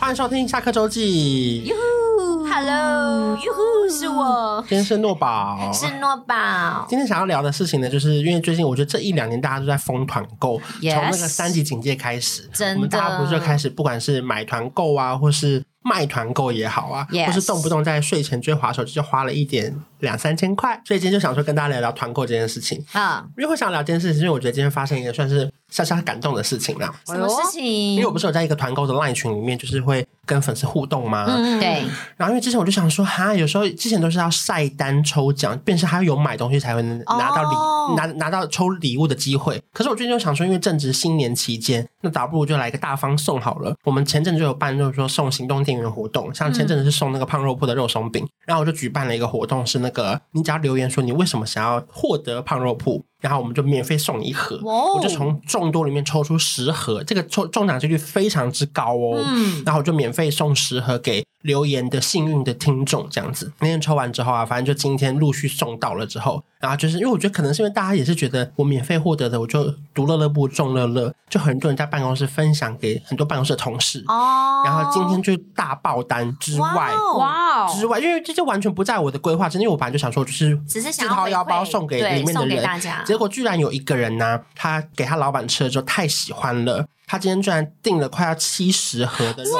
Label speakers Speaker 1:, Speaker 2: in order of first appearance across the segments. Speaker 1: 欢迎收听下课周记，哦
Speaker 2: Hello，哟呼，是我，
Speaker 1: 今天是诺宝。
Speaker 2: 是诺宝。
Speaker 1: 今天想要聊的事情呢，就是因为最近我觉得这一两年大家都在疯团购，从
Speaker 2: Yes
Speaker 1: 那个三级警戒开始，
Speaker 2: 真的
Speaker 1: 我们大家不是就开始不管是买团购啊，或是卖团购也好啊
Speaker 2: Yes
Speaker 1: 或是动不动在睡前追划手机就花了一点两三千块，所以今天就想说跟大家聊聊团购这件事情。
Speaker 2: 啊，
Speaker 1: 因为会想聊这件事情，是因为我觉得今天发生一个算是小小感动的事情啦。
Speaker 2: 什么事情？
Speaker 1: 因为我不是有在一个团购的 LINE 群里面，就是会跟粉丝互动嘛，
Speaker 2: 嗯，对，
Speaker 1: 然后因为之前我就想说，哈，有时候之前都是要晒单抽奖，变成他有买东西才会拿到礼、
Speaker 2: 哦
Speaker 1: 拿拿到抽礼物的机会。可是我最近就想说，因为正值新年期间，那倒不如就来个大方送好了。我们前阵子就有办，就是说送行动电源活动，像前阵子是送那个胖肉铺的肉松饼，然后我就举办了一个活动，是那个你只要留言说你为什么想要获得胖肉铺。然后我们就免费送你一盒，
Speaker 2: 哇哦
Speaker 1: 我就从众多里面抽出十盒，这个抽中奖几率非常之高哦。
Speaker 2: 嗯，
Speaker 1: 然后我就免费送十盒给留言的幸运的听众，这样子。那天抽完之后啊，反正就今天陆续送到了之后，然后就是因为我觉得可能是因为大家也是觉得我免费获得的，我就独乐乐不如众乐乐，就很多人在办公室分享给很多办公室的同事。
Speaker 2: 哦，
Speaker 1: 然后今天就大爆单之外，
Speaker 2: 哇
Speaker 1: 之
Speaker 2: 哦，
Speaker 1: 外，因为这就完全不在我的规划之内，因为我本来就想说，就是
Speaker 2: 只是
Speaker 1: 自
Speaker 2: 想要
Speaker 1: 掏
Speaker 2: 回
Speaker 1: 腰包
Speaker 2: 馈
Speaker 1: 送给
Speaker 2: 对
Speaker 1: 里面的
Speaker 2: 送给
Speaker 1: 人，
Speaker 2: 大家
Speaker 1: 结果居然有一个人呢、他给他老板吃了之后太喜欢了，他今天居然订了快要七十盒的肉
Speaker 2: 是
Speaker 1: 粽。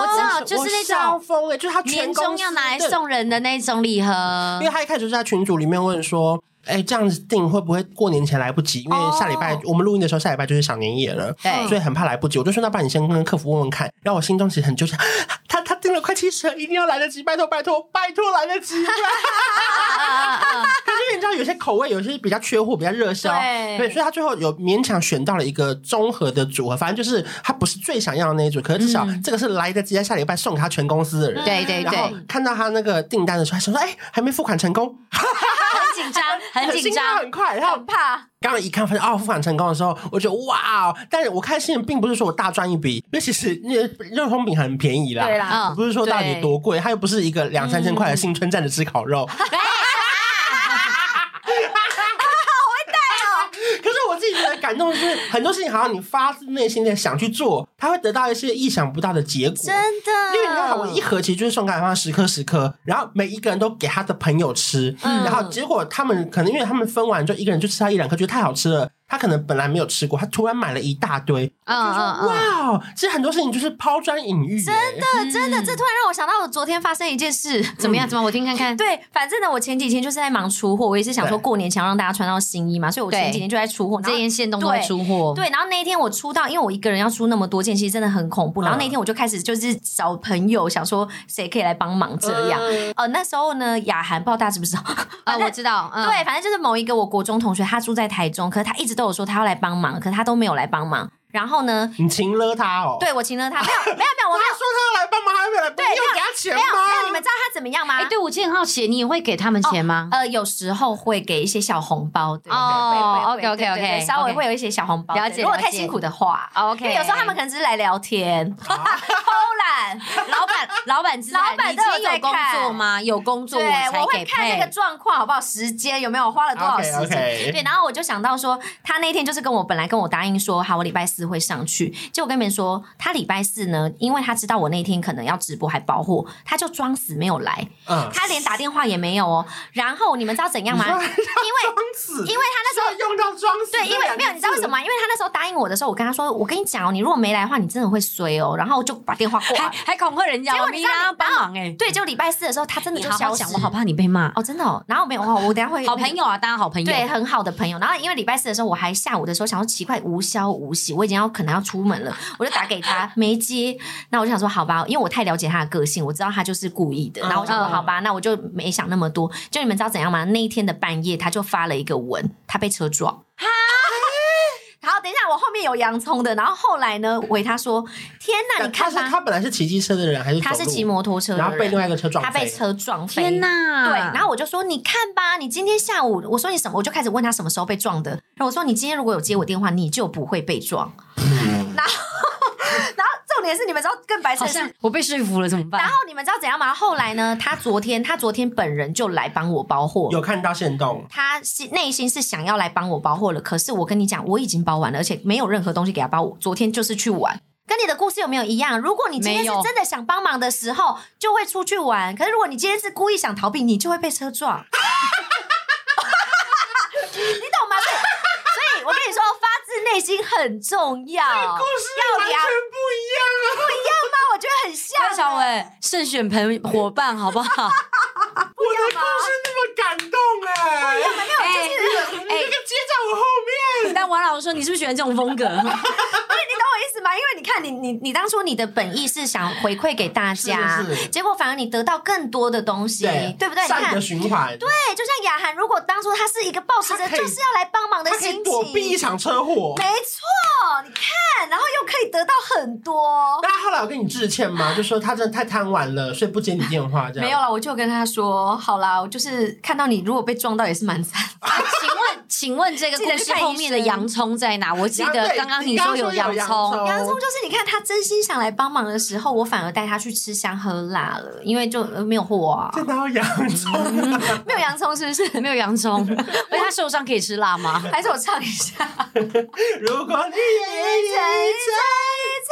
Speaker 2: 我知道，
Speaker 1: 我
Speaker 2: 啊就是那
Speaker 1: 笑
Speaker 2: 种嗯
Speaker 1: 疯哎，就是他全
Speaker 2: 年
Speaker 1: 公司
Speaker 2: 终要拿来
Speaker 1: 对
Speaker 2: 送人的那种礼盒
Speaker 1: 因为，他一开始就在群组里面问说，哎、这样子订会不会过年前来不及？因为下礼拜、
Speaker 2: 哦
Speaker 1: 我们录音的时候，下礼拜就是小年夜了，
Speaker 2: 对
Speaker 1: 所以很怕来不及。我就说，那不然你先跟客服问问看。然后我心中其实很纠结， 他他订了快七十，一定要来得及，拜托拜托拜托来得 及。可是你知道，有些口味有些比较缺货，比较热销，
Speaker 2: 对
Speaker 1: 所以他最后有勉强选到了一个综合的组合，反正就是他不是最想要的那一组，可是至少这个是来得及在下礼拜送给他全公司的人。
Speaker 2: 嗯对对
Speaker 1: 然后
Speaker 2: 对，
Speaker 1: 看到他那个订单的时候，他想说：“哎、还没付款成功，
Speaker 2: 很紧
Speaker 3: 嗯
Speaker 2: 张，很紧
Speaker 1: 心跳
Speaker 2: 张，
Speaker 1: 很快。”然后
Speaker 2: 很怕，
Speaker 1: 刚刚一看发现哦，付款成功的时候，我觉得哇、哦！但是我开心并不是说我大赚一笔，因为其实那热烘饼很便宜啦，
Speaker 3: 对啦
Speaker 2: 嗯，
Speaker 1: 不是说到底多贵，它又不是一个两三千块的新春站的吃烤 肉。
Speaker 2: 哎哦
Speaker 1: 可是我自己觉得感动是，很多事情好像你发自内心的想去做，它会得到一些意想不到的结果。
Speaker 2: 真的，
Speaker 1: 因为你看，我一盒其实就是送给他十颗十颗，然后每一个人都给他的朋友吃，
Speaker 2: 嗯
Speaker 1: 然后结果他们可能因为他们分完之后，一个人就吃到一两颗，觉得太好吃了。他可能本来没有吃过，他突然买了一大堆，
Speaker 2: 嗯
Speaker 1: 就说
Speaker 2: 嗯嗯。
Speaker 1: 哇哦，其实很多事情就是抛砖引玉、欸，真的
Speaker 2: 真的真的，这突然让我想到我昨天发生一件事，
Speaker 3: 怎么样？怎么样？我听看看。
Speaker 2: 对，反正呢，我前几天就是在忙出货，我也是想说
Speaker 1: 对
Speaker 2: 过年前要让大家穿到新衣嘛，所以我前
Speaker 3: 对
Speaker 2: 几天就在出货。然
Speaker 3: 这
Speaker 2: 后
Speaker 3: 件线动都会出货，
Speaker 2: 对，然后那一天我出到，因为我一个人要出那么多件，其实真的很恐怖。然后
Speaker 3: 嗯
Speaker 2: 那一天我就开始就是找朋友，想说谁可以来帮忙这
Speaker 3: 嗯
Speaker 2: 样。呃，那时候呢，雅涵不知道大家知不知道，啊
Speaker 3: 啊，
Speaker 2: 反正
Speaker 3: 我知道，嗯，
Speaker 2: 对，反正就是某一个我国中同学，他住在台中，可是他一直都有说他要来帮忙，可是他都没有来帮忙。然后呢，
Speaker 1: 你情了他哦。，
Speaker 2: 对我请了他，没有没有没有，我
Speaker 1: 他
Speaker 2: 没有
Speaker 1: 说他要来帮忙，还没有来，不
Speaker 2: 对
Speaker 1: 你会给他钱
Speaker 2: 没有没有，你
Speaker 1: 吗？
Speaker 2: 们知道他怎么样吗？
Speaker 3: 哎，对我今天很好奇，你也会给他们钱吗？
Speaker 2: 呃，有时候会给一些小红包，对
Speaker 3: 哦
Speaker 2: 对对对
Speaker 3: OK，OK，OK，
Speaker 2: 对对对稍微
Speaker 3: OK
Speaker 2: 会有一些小红包，
Speaker 3: 了
Speaker 2: 对
Speaker 3: 解
Speaker 2: 如果
Speaker 3: 了
Speaker 2: 太
Speaker 3: 解
Speaker 2: 辛苦的话。因
Speaker 3: OK，
Speaker 2: 为有时候他们可能只是来聊天，
Speaker 1: 啊
Speaker 2: 偷懒。
Speaker 3: 老板，老板知道，
Speaker 2: 老板
Speaker 3: 你
Speaker 2: 都
Speaker 3: 今
Speaker 2: 有
Speaker 3: 天有
Speaker 2: 在
Speaker 3: 工
Speaker 2: 看
Speaker 3: 作吗？有工作
Speaker 2: 对，
Speaker 3: 才
Speaker 2: 我会
Speaker 3: 给
Speaker 2: 看那
Speaker 3: 配
Speaker 2: 个。状况好不好，时间有没有花了多少时间。
Speaker 1: OK，OK
Speaker 2: 对，然后我就想到说，他那天就是跟我本来跟我答应说，好，我礼拜四会上去。结果跟你们说，他礼拜四呢，因为他知道我那天可能要直播还包货，他就装死没有来，
Speaker 1: 嗯，
Speaker 2: 他连打电话也没有哦。然后你们知道怎样吗？
Speaker 1: 你
Speaker 2: 因
Speaker 1: 说
Speaker 2: 为
Speaker 1: 装死，
Speaker 2: 因为他那时候
Speaker 1: 需要用到装死这两个
Speaker 2: 对，
Speaker 1: 字，
Speaker 2: 因为没有，你知道为什么吗？因为他那时候答应我的时候，我跟他说，我跟你讲哦，你如果没来的话，你真的会衰哦。然后我就把电话挂
Speaker 3: 还
Speaker 2: 了。
Speaker 3: 还恐吓人家，
Speaker 2: 啊结
Speaker 3: 我
Speaker 2: 果
Speaker 3: 们
Speaker 2: 你
Speaker 3: 一
Speaker 2: 知道
Speaker 3: 定要
Speaker 2: 你
Speaker 3: 帮忙哎！
Speaker 2: 对，就礼拜四的时候，他真的
Speaker 3: 你
Speaker 2: 就
Speaker 3: 好好
Speaker 2: 消失
Speaker 3: 讲，我好怕你被骂。
Speaker 2: 哦，真的哦。然后没有，哦我等一下会
Speaker 3: 好朋友啊，大家好朋友。
Speaker 2: 对，很好的朋友。然后因为礼拜四的时候，我还下午的时候想说奇怪，无消无息，我已经要可能要出门了，我就打给他没接。那我就想说好吧，因为我太了解他的个性，我知道他就是故意的。然后我想说
Speaker 3: 嗯
Speaker 2: 好吧，那我就没想那么多。就 你们知道怎样吗？那一天的半夜，他就发了一个文，他被车撞。好，等一下，我后面有洋葱的。然后后来呢，我回他说：“天哪，
Speaker 1: 但
Speaker 2: 你
Speaker 1: 他
Speaker 2: 看
Speaker 1: 是他本来是骑机车的人还是
Speaker 2: 他
Speaker 1: 走
Speaker 2: 是
Speaker 1: 路
Speaker 2: 骑摩托车的人，
Speaker 1: 然后被另外一个车撞
Speaker 2: 他
Speaker 1: 飞
Speaker 2: 被车撞飞。
Speaker 3: 天哪！
Speaker 2: 对，然后我就说你看吧，你今天下午，我说你什么，我就开始问他什么时候被撞的。然后我说你今天如果有接我电话，你就不会被撞。 然后，然后重点是你们知道更白痴
Speaker 3: 嗯好
Speaker 2: 的是，
Speaker 3: 像我被说服了，怎么
Speaker 2: 然
Speaker 3: 办
Speaker 2: 后？你们知道怎样吗？后来呢，他昨天他昨天本人就来帮我包货，
Speaker 1: 有看到线动，
Speaker 2: 他是内心是想要来帮我包货了，可是我跟你讲，我已经包完了，而且没有任何东西给他包。我昨天就是去玩。跟你的故事有没有一样？如果你今天
Speaker 3: 没
Speaker 2: 是
Speaker 3: 有
Speaker 2: 真的想帮忙的时候，就会出去玩；可是如果你今天是故意想逃避，你就会被车撞。你懂吗？所以，所以我跟你说，发自内心很重 要。要聊
Speaker 1: 不
Speaker 2: 不一样吗？我觉得很像
Speaker 3: 高。小伟，慎选朋伙伴好 不好？
Speaker 1: 一样，我的故事那么感动哎、
Speaker 3: 哎
Speaker 1: 你这个接在我后面，
Speaker 3: 但王老师说你是不是喜欢这种风格？
Speaker 2: 你懂我意思吗？因为你看你，你你当初你的本意是想回馈给大家，
Speaker 1: 是是是
Speaker 2: 结果反而你得到更多的东西，对不对？你
Speaker 1: 善
Speaker 2: 看，
Speaker 1: 的
Speaker 2: 对，
Speaker 1: 循环，对，
Speaker 2: 就像雅涵，如果当初她是一个暴食者，
Speaker 1: 她可以
Speaker 2: 就是要来帮忙的
Speaker 1: 他可
Speaker 2: 心
Speaker 1: 以躲避一
Speaker 2: 情，
Speaker 1: 场车祸。
Speaker 2: 没错，你看， 然后又可以得到很多
Speaker 1: 那。他后来有跟你致歉吗？就说他真的太贪玩了，所以不接你电话这样。
Speaker 2: 没有啦，我就跟他说，好啦，我就是看到你如果被撞到也是蛮惨 的。
Speaker 3: 请问，请问这个故事后面的洋葱在哪？我记
Speaker 1: 然后，
Speaker 3: 得
Speaker 1: 对
Speaker 3: 刚刚
Speaker 1: 你
Speaker 3: 你说
Speaker 1: 有
Speaker 3: 有洋葱，
Speaker 2: 洋葱就是你看他真心想来帮忙的时候，我反而带他去吃香喝辣了，因为就呃没有货啊，
Speaker 1: 这哪有洋葱？
Speaker 2: 没有洋葱是不是？
Speaker 3: 没有洋葱，而且他受伤可以吃辣吗？
Speaker 2: 还是我唱一下？
Speaker 1: 如果 你 也
Speaker 3: 我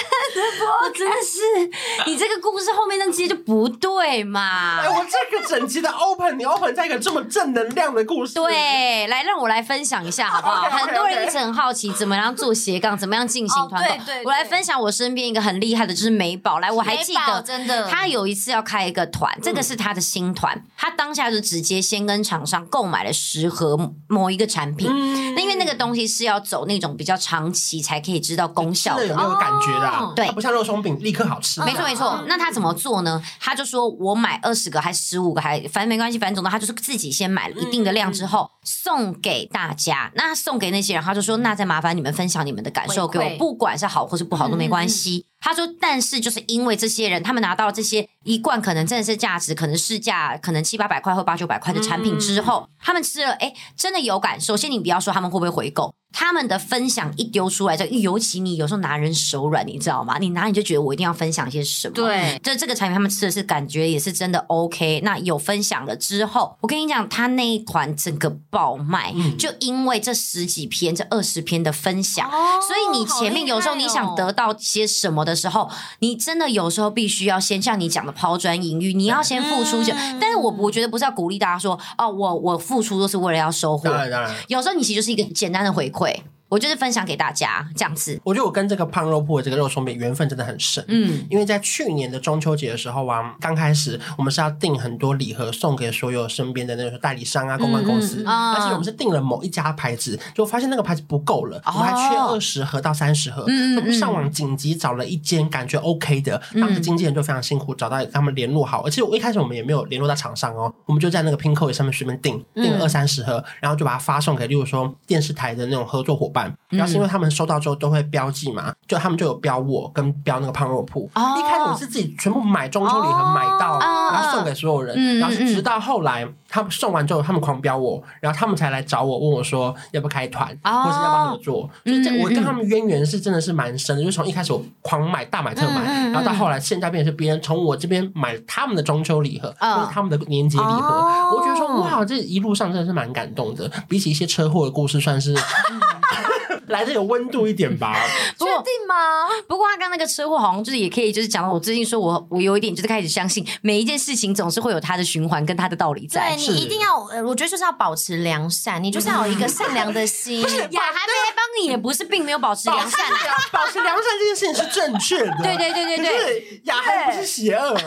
Speaker 3: 哦真的是，你这个故事后面那接就不对嘛
Speaker 1: 哎，。我这个整集的 open，你 open 在一个这么正能量的故事，，
Speaker 3: 对，来让我来分享一下好 不好？
Speaker 1: OK，OK，OK
Speaker 3: 很多人一直很好奇怎么样做斜杠，怎么样进行团购。
Speaker 2: 哦对对对
Speaker 3: 我来分享我身边一个很厉害的，就是美宝。来，我还记
Speaker 2: 美宝
Speaker 3: 得
Speaker 2: 真的嗯
Speaker 3: 他有一次要开一个团，这个是他的新团，他当下就直接先跟厂商购买了十盒某一个产
Speaker 2: 嗯
Speaker 3: 品。
Speaker 1: 嗯
Speaker 3: 那因为那个东西是要走那种比较长期才可以知道功效
Speaker 1: 真的
Speaker 3: 的
Speaker 1: 有，没有感觉啦
Speaker 2: 哦？
Speaker 3: 嗯对
Speaker 1: 它不像肉松饼立刻好吃，
Speaker 3: 没错没错
Speaker 2: 嗯，
Speaker 3: 那他怎么做呢？他就说我买二十个还十五个还反正没关系，反正总之他就是自己先买了一定的量之后送给大家。那他送给那些人，他就说那再麻烦你们分享你们的感受给
Speaker 2: 回
Speaker 3: 我，
Speaker 2: 馈
Speaker 3: 不管是好或是不好都没关系。他说，但是就是因为这些人，他们拿到这些一罐可能真的是价值可能市价可能七八百块或八九百块的产品之后，他们吃了，哎，真的有感。首先你不要说他们会不会回购。他们的分享一丢出来之后，尤其你有时候拿人手软，你知道吗？你拿你就觉得我一定要分享些什么，
Speaker 2: 对
Speaker 3: 就这个产品他们吃的是感觉也是真的 OK。那有分享了之后，我跟你讲，他那一款整个爆卖，
Speaker 1: 嗯
Speaker 3: 就因为这十几篇、这二十篇的分享。
Speaker 2: 哦
Speaker 3: 所以你前面有时候你想得到些什么的时候，你真的有时候必须要先像你讲的抛砖引玉，你要先付出一些。
Speaker 2: 嗯
Speaker 3: 但是我我觉得不是要鼓励大家说哦，我我付出都是为了要收获
Speaker 1: 当。然当然。
Speaker 3: 有时候你其实就是一个简单的回馈，我就是分享给大家这样子。
Speaker 1: 我觉得我跟这个胖肉铺的这个肉松饼缘分真的很深，
Speaker 3: 嗯，
Speaker 1: 因为在去年的中秋节的时候啊，刚开始我们是要订很多礼盒送给所有身边的那种代理商啊、公关公司，
Speaker 2: 嗯
Speaker 3: 嗯
Speaker 1: 而且我们是订了某一家牌子，就发现那个牌子不够了，我们还缺
Speaker 3: 哦
Speaker 1: 二十盒到三十盒，
Speaker 3: 嗯嗯嗯
Speaker 1: 我们上网紧急找了一间感觉 OK 的，当时经纪人就非常辛苦找到他们联络好，而且我一开始我们也没有联络到厂商哦，我们就在那个 Pinko 上面随便订，订
Speaker 3: 嗯
Speaker 1: 了二三十盒，然后就把它发送给，例如说电视台的那种合作伙伴，然后
Speaker 3: 嗯
Speaker 1: 是因为他们收到之后都会标记嘛，就他们就有标我跟标那个胖肉铺，
Speaker 3: 哦
Speaker 1: 一开始我是自己全部买中秋礼盒买到，
Speaker 3: 哦
Speaker 1: 然后送给所有人，
Speaker 3: 嗯嗯
Speaker 1: 然后是直到后来他们送完之后，他们狂标我，然后他们才来找我问我说要不要开团，
Speaker 3: 哦
Speaker 1: 或是要不要合作，所以
Speaker 3: 嗯嗯
Speaker 1: 这我
Speaker 3: 嗯
Speaker 1: 跟他们渊源是真的是蛮深的，就是从一开始我狂买大买特买，
Speaker 3: 嗯嗯嗯
Speaker 1: 然后到后来现在变成是别人从我这边买他们的中秋礼盒，
Speaker 3: 嗯
Speaker 1: 或是他们的年节礼盒，
Speaker 3: 哦
Speaker 1: 我觉得说哇，这一路上真的是蛮感动的，比起一些车祸的故事，算是 来的有温度一点吧。
Speaker 3: 不
Speaker 2: 确
Speaker 3: 过
Speaker 2: 定吗？
Speaker 3: 不过他刚那个车祸好像就是也可以，就是讲到我最近说我我有一点就是开始相信每一件事情总是会有它的循环跟它的道理在
Speaker 2: 对。
Speaker 1: 是
Speaker 2: 你一定要，呃我觉得就是要保持良善，你就是要有一个善良的 心。
Speaker 3: 雅涵妹帮你也不是并没有保持良善啊，
Speaker 1: 保持良善这件事情是正确的，
Speaker 3: 对对对对对
Speaker 1: 可是雅涵不是邪恶、
Speaker 3: 对对对，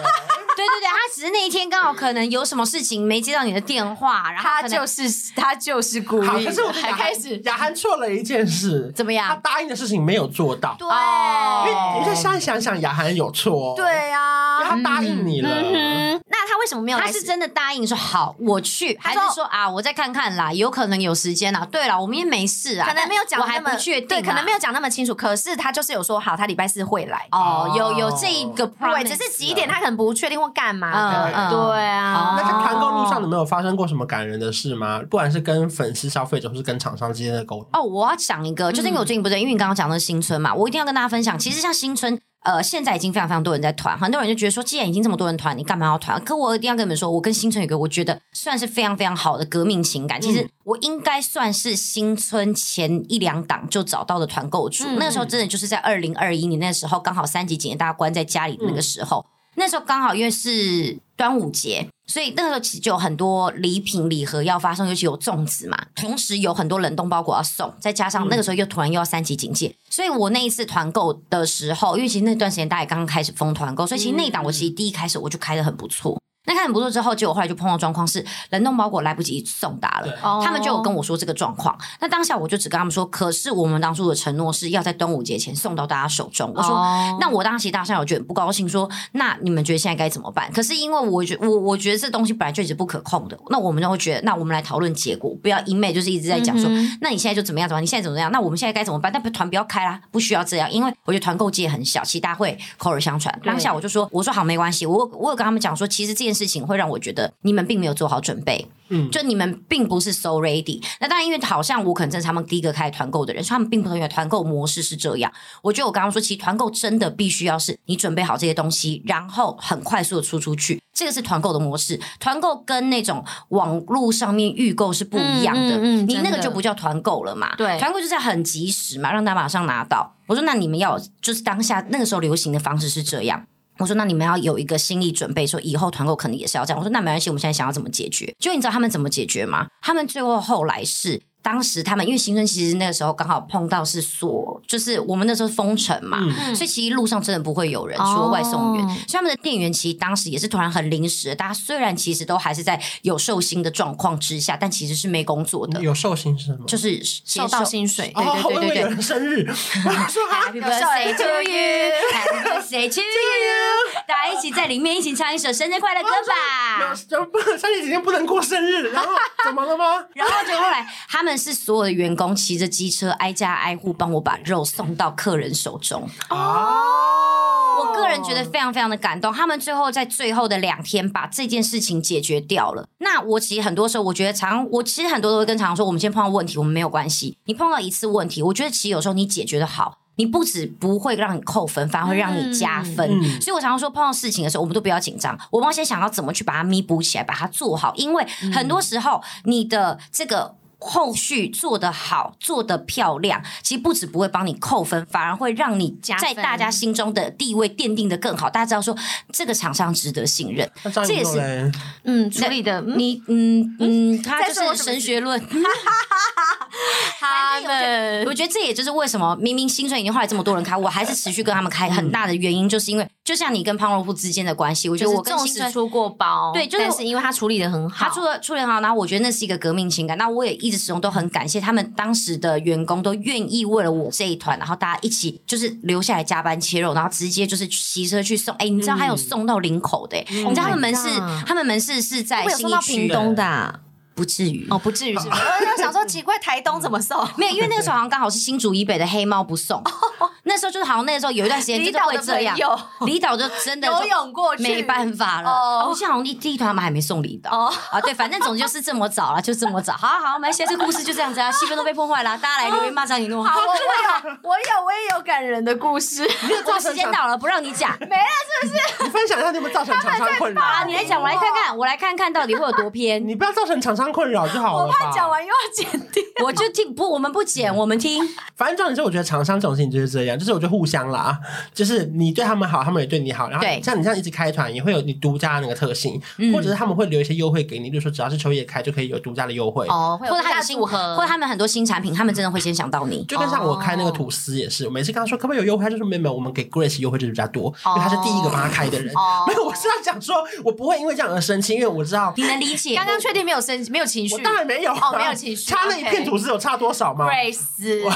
Speaker 3: 他只是那一天刚好可能有什么事情没接到你的电话，然后可能
Speaker 2: 是他就是故
Speaker 1: 好，可是我觉得雅
Speaker 2: 还
Speaker 1: 涵
Speaker 2: 开始
Speaker 1: 雅涵错了一件事，
Speaker 3: 怎么
Speaker 1: 他
Speaker 3: 样？
Speaker 1: 答应的事情没有做到。哎
Speaker 2: 对
Speaker 3: 哦
Speaker 1: 因为你再现在想想，雅涵有错、哦，
Speaker 2: 对
Speaker 1: 因为
Speaker 2: 啊。
Speaker 1: 他答应你了。
Speaker 2: 嗯哼，那他他为什么没有
Speaker 3: 他
Speaker 2: 来？
Speaker 3: 是真的答应说好，我去，还是
Speaker 2: 说
Speaker 3: 说啊，我再看看啦，有可能有时间啊。对了，我们也没事啊，
Speaker 2: 可能没有讲
Speaker 3: 我
Speaker 2: 那
Speaker 3: 还
Speaker 2: 么
Speaker 3: 不确定啊，
Speaker 2: 对，可能没有讲那么清楚。可是他就是有说好，他礼拜四会来。
Speaker 3: 哦，有有这一个 promise 啊，
Speaker 2: 对，只是几点他可能不确定或干嘛
Speaker 3: 嗯
Speaker 2: 的。
Speaker 3: 嗯
Speaker 2: 对啊，
Speaker 1: 那在
Speaker 3: 哦
Speaker 1: 团购路上，你们有发生过什么感人的事吗？不管是跟粉丝、消费者，或是跟厂商之间的沟通。
Speaker 3: 哦，我要讲一个，就是因为我最近不是，因为你刚刚讲的是新春嘛，我一定要跟大家分享。其实像新春，呃，现在已经非常非常多人在团，很多人就觉得说，既然已经这么多人团，你干嘛要团？可我一定要跟你们说，我跟新春有一个我觉得算是非常非常好的革命情感。其实我应该算是新春前一两档就找到的团购主，
Speaker 2: 嗯
Speaker 3: 那个时候真的就是在二零二一年那时候，刚好三级警戒大家关在家里的那个时候，那时候刚好因为是端午节，所以那个时候其实就有很多礼品礼盒要发送，尤其有粽子嘛，同时有很多冷冻包裹要送，再加上那个时候又突然又要三级警戒，所以我那一次团购的时候，因为其实那段时间大家也刚刚开始封团购，所以其实那一档我其实第一开始我就开的很不错。那开得很不错之后，结果后来就碰到状况是冷冻包裹来不及送达了
Speaker 1: 对，
Speaker 2: 哦
Speaker 3: 他们就有跟我说这个状况。那当下我就只跟他们说，可是我们当初的承诺是要在端午节前送到大家手中。我说，
Speaker 2: 哦
Speaker 3: 那我当时大上有觉得很不高兴说，那你们觉得现在该怎么办？可是因为我觉我我觉得这东西本来就一直不可控的，那我们就会觉得，那我们来讨论结果，不要一昧就是一直在讲说，
Speaker 2: 嗯哼
Speaker 3: 那你现在就怎么样怎么样，你现在怎么样？那我们现在该怎么办？但团不要开啦，不需要这样，因为我觉得团购界很小，其实大家会口耳相传。
Speaker 2: 对
Speaker 3: 当下我就说，我说好，没关系，我我有跟他们讲说，其实这件事情会让我觉得你们并没有做好准备，
Speaker 1: 嗯
Speaker 3: 就你们并不是 so ready。那当然，因为好像我可能真的是他们第一个开团购的人，所以他们并不认为团购模式是这样。我觉得我刚刚说，其实团购真的必须要是你准备好这些东西，然后很快速的出出去，这个是团购的模式。团购跟那种网络上面预购是不一样的，
Speaker 2: 嗯嗯嗯
Speaker 3: 你那
Speaker 2: 真
Speaker 3: 个
Speaker 2: 的
Speaker 3: 就不叫团购了嘛。
Speaker 2: 对
Speaker 3: 团购就是很及时嘛，让大家马上拿到。我说那你们要有就是当下那个时候流行的方式是这样。我说：“那你们要有一个心理准备，说以后团购可能也是要这样。”我说：“那没关系，我们现在想要怎么解决？”就你知道他们怎么解决吗？他们最后后来是当时他们因为新春其实那个时候刚好碰到是锁，就是我们那时候封城嘛，
Speaker 1: 嗯
Speaker 3: 所以其实路上真的不会有人，
Speaker 2: 哦
Speaker 3: 除了外送员，所以他们的店员其实当时也是突然很临时的，大家虽然其实都还是在有寿星的状况之下，但其实是没工作的，
Speaker 1: 有寿星是什么？
Speaker 3: 就是
Speaker 2: 收到薪水，
Speaker 1: 哦，
Speaker 3: 对对对
Speaker 1: 我以为
Speaker 3: 对
Speaker 1: 有人生日，我说啊，
Speaker 3: Happy birthday to you, Happy birthday to you！大家一起在里面一起唱一首生日快乐歌吧。
Speaker 1: 有不能三姐几天不能过生日，然后怎么了吗？
Speaker 3: 然后就后来，他们是所有的员工骑着机车挨家挨户帮我把肉送到客人手中。
Speaker 1: 哦，
Speaker 3: 我个人觉得非常非常的感动，他们最后在最后的两天把这件事情解决掉了。那我其实很多时候，我觉得常我其实很多都会跟常常说，我们今天碰到问题，我们没有关系。你碰到一次问题，我觉得其实有时候你解决的好。你不止不会让你扣分，反而会让你加分。
Speaker 1: 嗯嗯
Speaker 3: 所以我常常说，碰到事情的时候，我们都不要紧张，我们要先想要怎么去把它弥补起来，把它做好。因为很多时候，你的这个后续做得好，做得漂亮，其实不止不会帮你扣分，反而会让你
Speaker 2: 加
Speaker 3: 在
Speaker 2: 分
Speaker 3: 大家心中的地位奠定的更好。大家知道说这个厂商值得信任，
Speaker 1: 那张
Speaker 3: 这
Speaker 1: 宇
Speaker 3: 也
Speaker 1: 宙
Speaker 3: 是
Speaker 1: 嘞，
Speaker 2: 嗯，处理的嗯
Speaker 3: 你嗯嗯，他
Speaker 2: 在说我
Speaker 3: 就是
Speaker 2: 什么
Speaker 3: 神学论。
Speaker 2: 他们
Speaker 3: 我觉得这也就是为什么明明新春已经后来这么多人开，我还是持续跟他们开，很大的原因就是因为就像你跟胖肉铺之间的关系，我觉
Speaker 2: 就
Speaker 3: 得
Speaker 2: 是
Speaker 3: 我跟
Speaker 2: 纵
Speaker 3: 新
Speaker 2: 使
Speaker 3: 春。
Speaker 2: 出过包，
Speaker 3: 对就是
Speaker 2: 但是因为他处理的很好，
Speaker 3: 他出了出了很好，然后我觉得那是一个革命情感。那我也一直始终都很感谢他们当时的员工都愿意为了我这一团，然后大家一起就是留下来加班切肉，然后直接就是骑车去送。哎，你知道
Speaker 2: 嗯
Speaker 3: 还有送到林口的、哎你知道他们门市
Speaker 2: Oh my，god
Speaker 3: 他们门市是在
Speaker 2: 会有送
Speaker 3: 新一
Speaker 2: 到
Speaker 3: 区
Speaker 2: 屏
Speaker 1: 的
Speaker 2: 东的啊
Speaker 3: 不至于。
Speaker 2: 哦，不至于是吧？我就想说奇怪，台东怎么 送？
Speaker 3: 没有，因为那个时候好像刚好是新竹以北的黑猫 不送，那时候就是好像那个时候有一段时间
Speaker 2: 哦离
Speaker 3: 就是
Speaker 2: 岛
Speaker 3: 会
Speaker 2: 的
Speaker 3: 这
Speaker 2: 朋
Speaker 3: 样，
Speaker 2: 友
Speaker 3: 离岛就真的
Speaker 2: 游泳过去，
Speaker 3: 没办法了。
Speaker 2: 哦
Speaker 3: 哦，我想好像第第一团他们还没送离岛
Speaker 2: 哦
Speaker 3: 啊，对，反正总之就是这么早了，就这么早。好啊好啊，我们现在这个故事就这样子啊，气氛都被破坏了，大家来留言骂张一诺。
Speaker 2: 好，我我有，我有，我也有感人的故 事。
Speaker 3: 我们时间到了，不让你讲。
Speaker 1: 你分享一下你有没有造成厂商困扰
Speaker 3: 好？啦，你来讲，我来看看，我来看看到底会有多偏。
Speaker 1: 你不要造成厂商困扰就好了
Speaker 2: 我
Speaker 1: 吧。
Speaker 2: 怕讲完又要剪掉。
Speaker 3: 我就听不，我们不剪，我们听。
Speaker 1: 反正重点是，我觉得厂商这种事情就是这样，就是我觉得互相啦啊，就是你对他们好，他们也对你好，然后
Speaker 3: 对
Speaker 1: 像你这样一直开团，也会有你独家的那个特性，
Speaker 2: 嗯
Speaker 1: 或者是他们会留一些优惠给你，例如说只要是秋叶开就可以有独家的优惠。
Speaker 2: 哦，
Speaker 3: 或者他有新，
Speaker 2: 组合，
Speaker 3: 或者他们很多新产品，他们真的会先想到你。
Speaker 1: 就跟像我开
Speaker 2: 哦
Speaker 1: 那个吐司也是，我每次跟他说可不可以有优惠，他就说没有没有，我们给 Grace 优惠就是比较多，因为他是第一个帮他开的人。
Speaker 2: 哦
Speaker 1: 没有，我是要讲说，我不会因为这样而生气，因为我知道
Speaker 3: 你能理解？
Speaker 2: 刚刚确定没有生没有情绪
Speaker 1: 我，当然没有、啊，
Speaker 2: 哦没有情绪
Speaker 1: 差那一片吐司有差多少吗？
Speaker 2: Grace，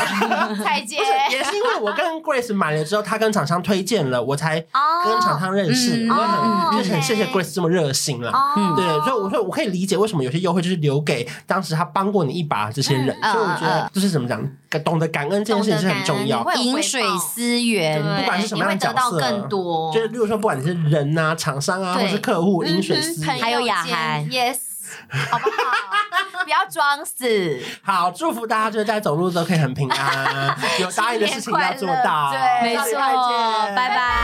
Speaker 2: 蔡姐
Speaker 1: 不，是，也是因为我跟 Grace 买了之后，她跟厂商推荐了，我才跟厂
Speaker 2: 哦
Speaker 1: 商认识。
Speaker 3: 嗯
Speaker 1: 我也很，
Speaker 2: 哦
Speaker 1: 就是很谢谢
Speaker 2: OK
Speaker 1: Grace 这么热心了。
Speaker 2: 哦，
Speaker 1: 对，所以我说我可以理解为什么有些优惠就是留给当时他帮过你一把这些人，
Speaker 2: 嗯
Speaker 1: 所以我觉
Speaker 2: 嗯
Speaker 1: 得就是怎么讲，懂得感恩这件事情是很重要
Speaker 2: 懂得感恩你。会有
Speaker 3: 饮水思源，
Speaker 2: 对
Speaker 1: 不管是什么
Speaker 2: 你会
Speaker 1: 样的
Speaker 2: 得
Speaker 1: 角色
Speaker 2: 到更多，
Speaker 1: 就是，例如说，不管你是人呐、厂商啊，
Speaker 2: 对
Speaker 1: 或是客户，饮水
Speaker 2: 嗯
Speaker 1: 思源。
Speaker 2: 哼朋
Speaker 3: 还有
Speaker 2: 友
Speaker 3: 雅
Speaker 2: 间
Speaker 3: 涵
Speaker 2: ，Yes，好不 好？不要装死，
Speaker 1: 好，祝福大家就是在 走路都可以很平安，有答应的事情要做到。
Speaker 2: 新年快乐对
Speaker 3: 没错
Speaker 2: 下礼拜，见
Speaker 3: 拜拜。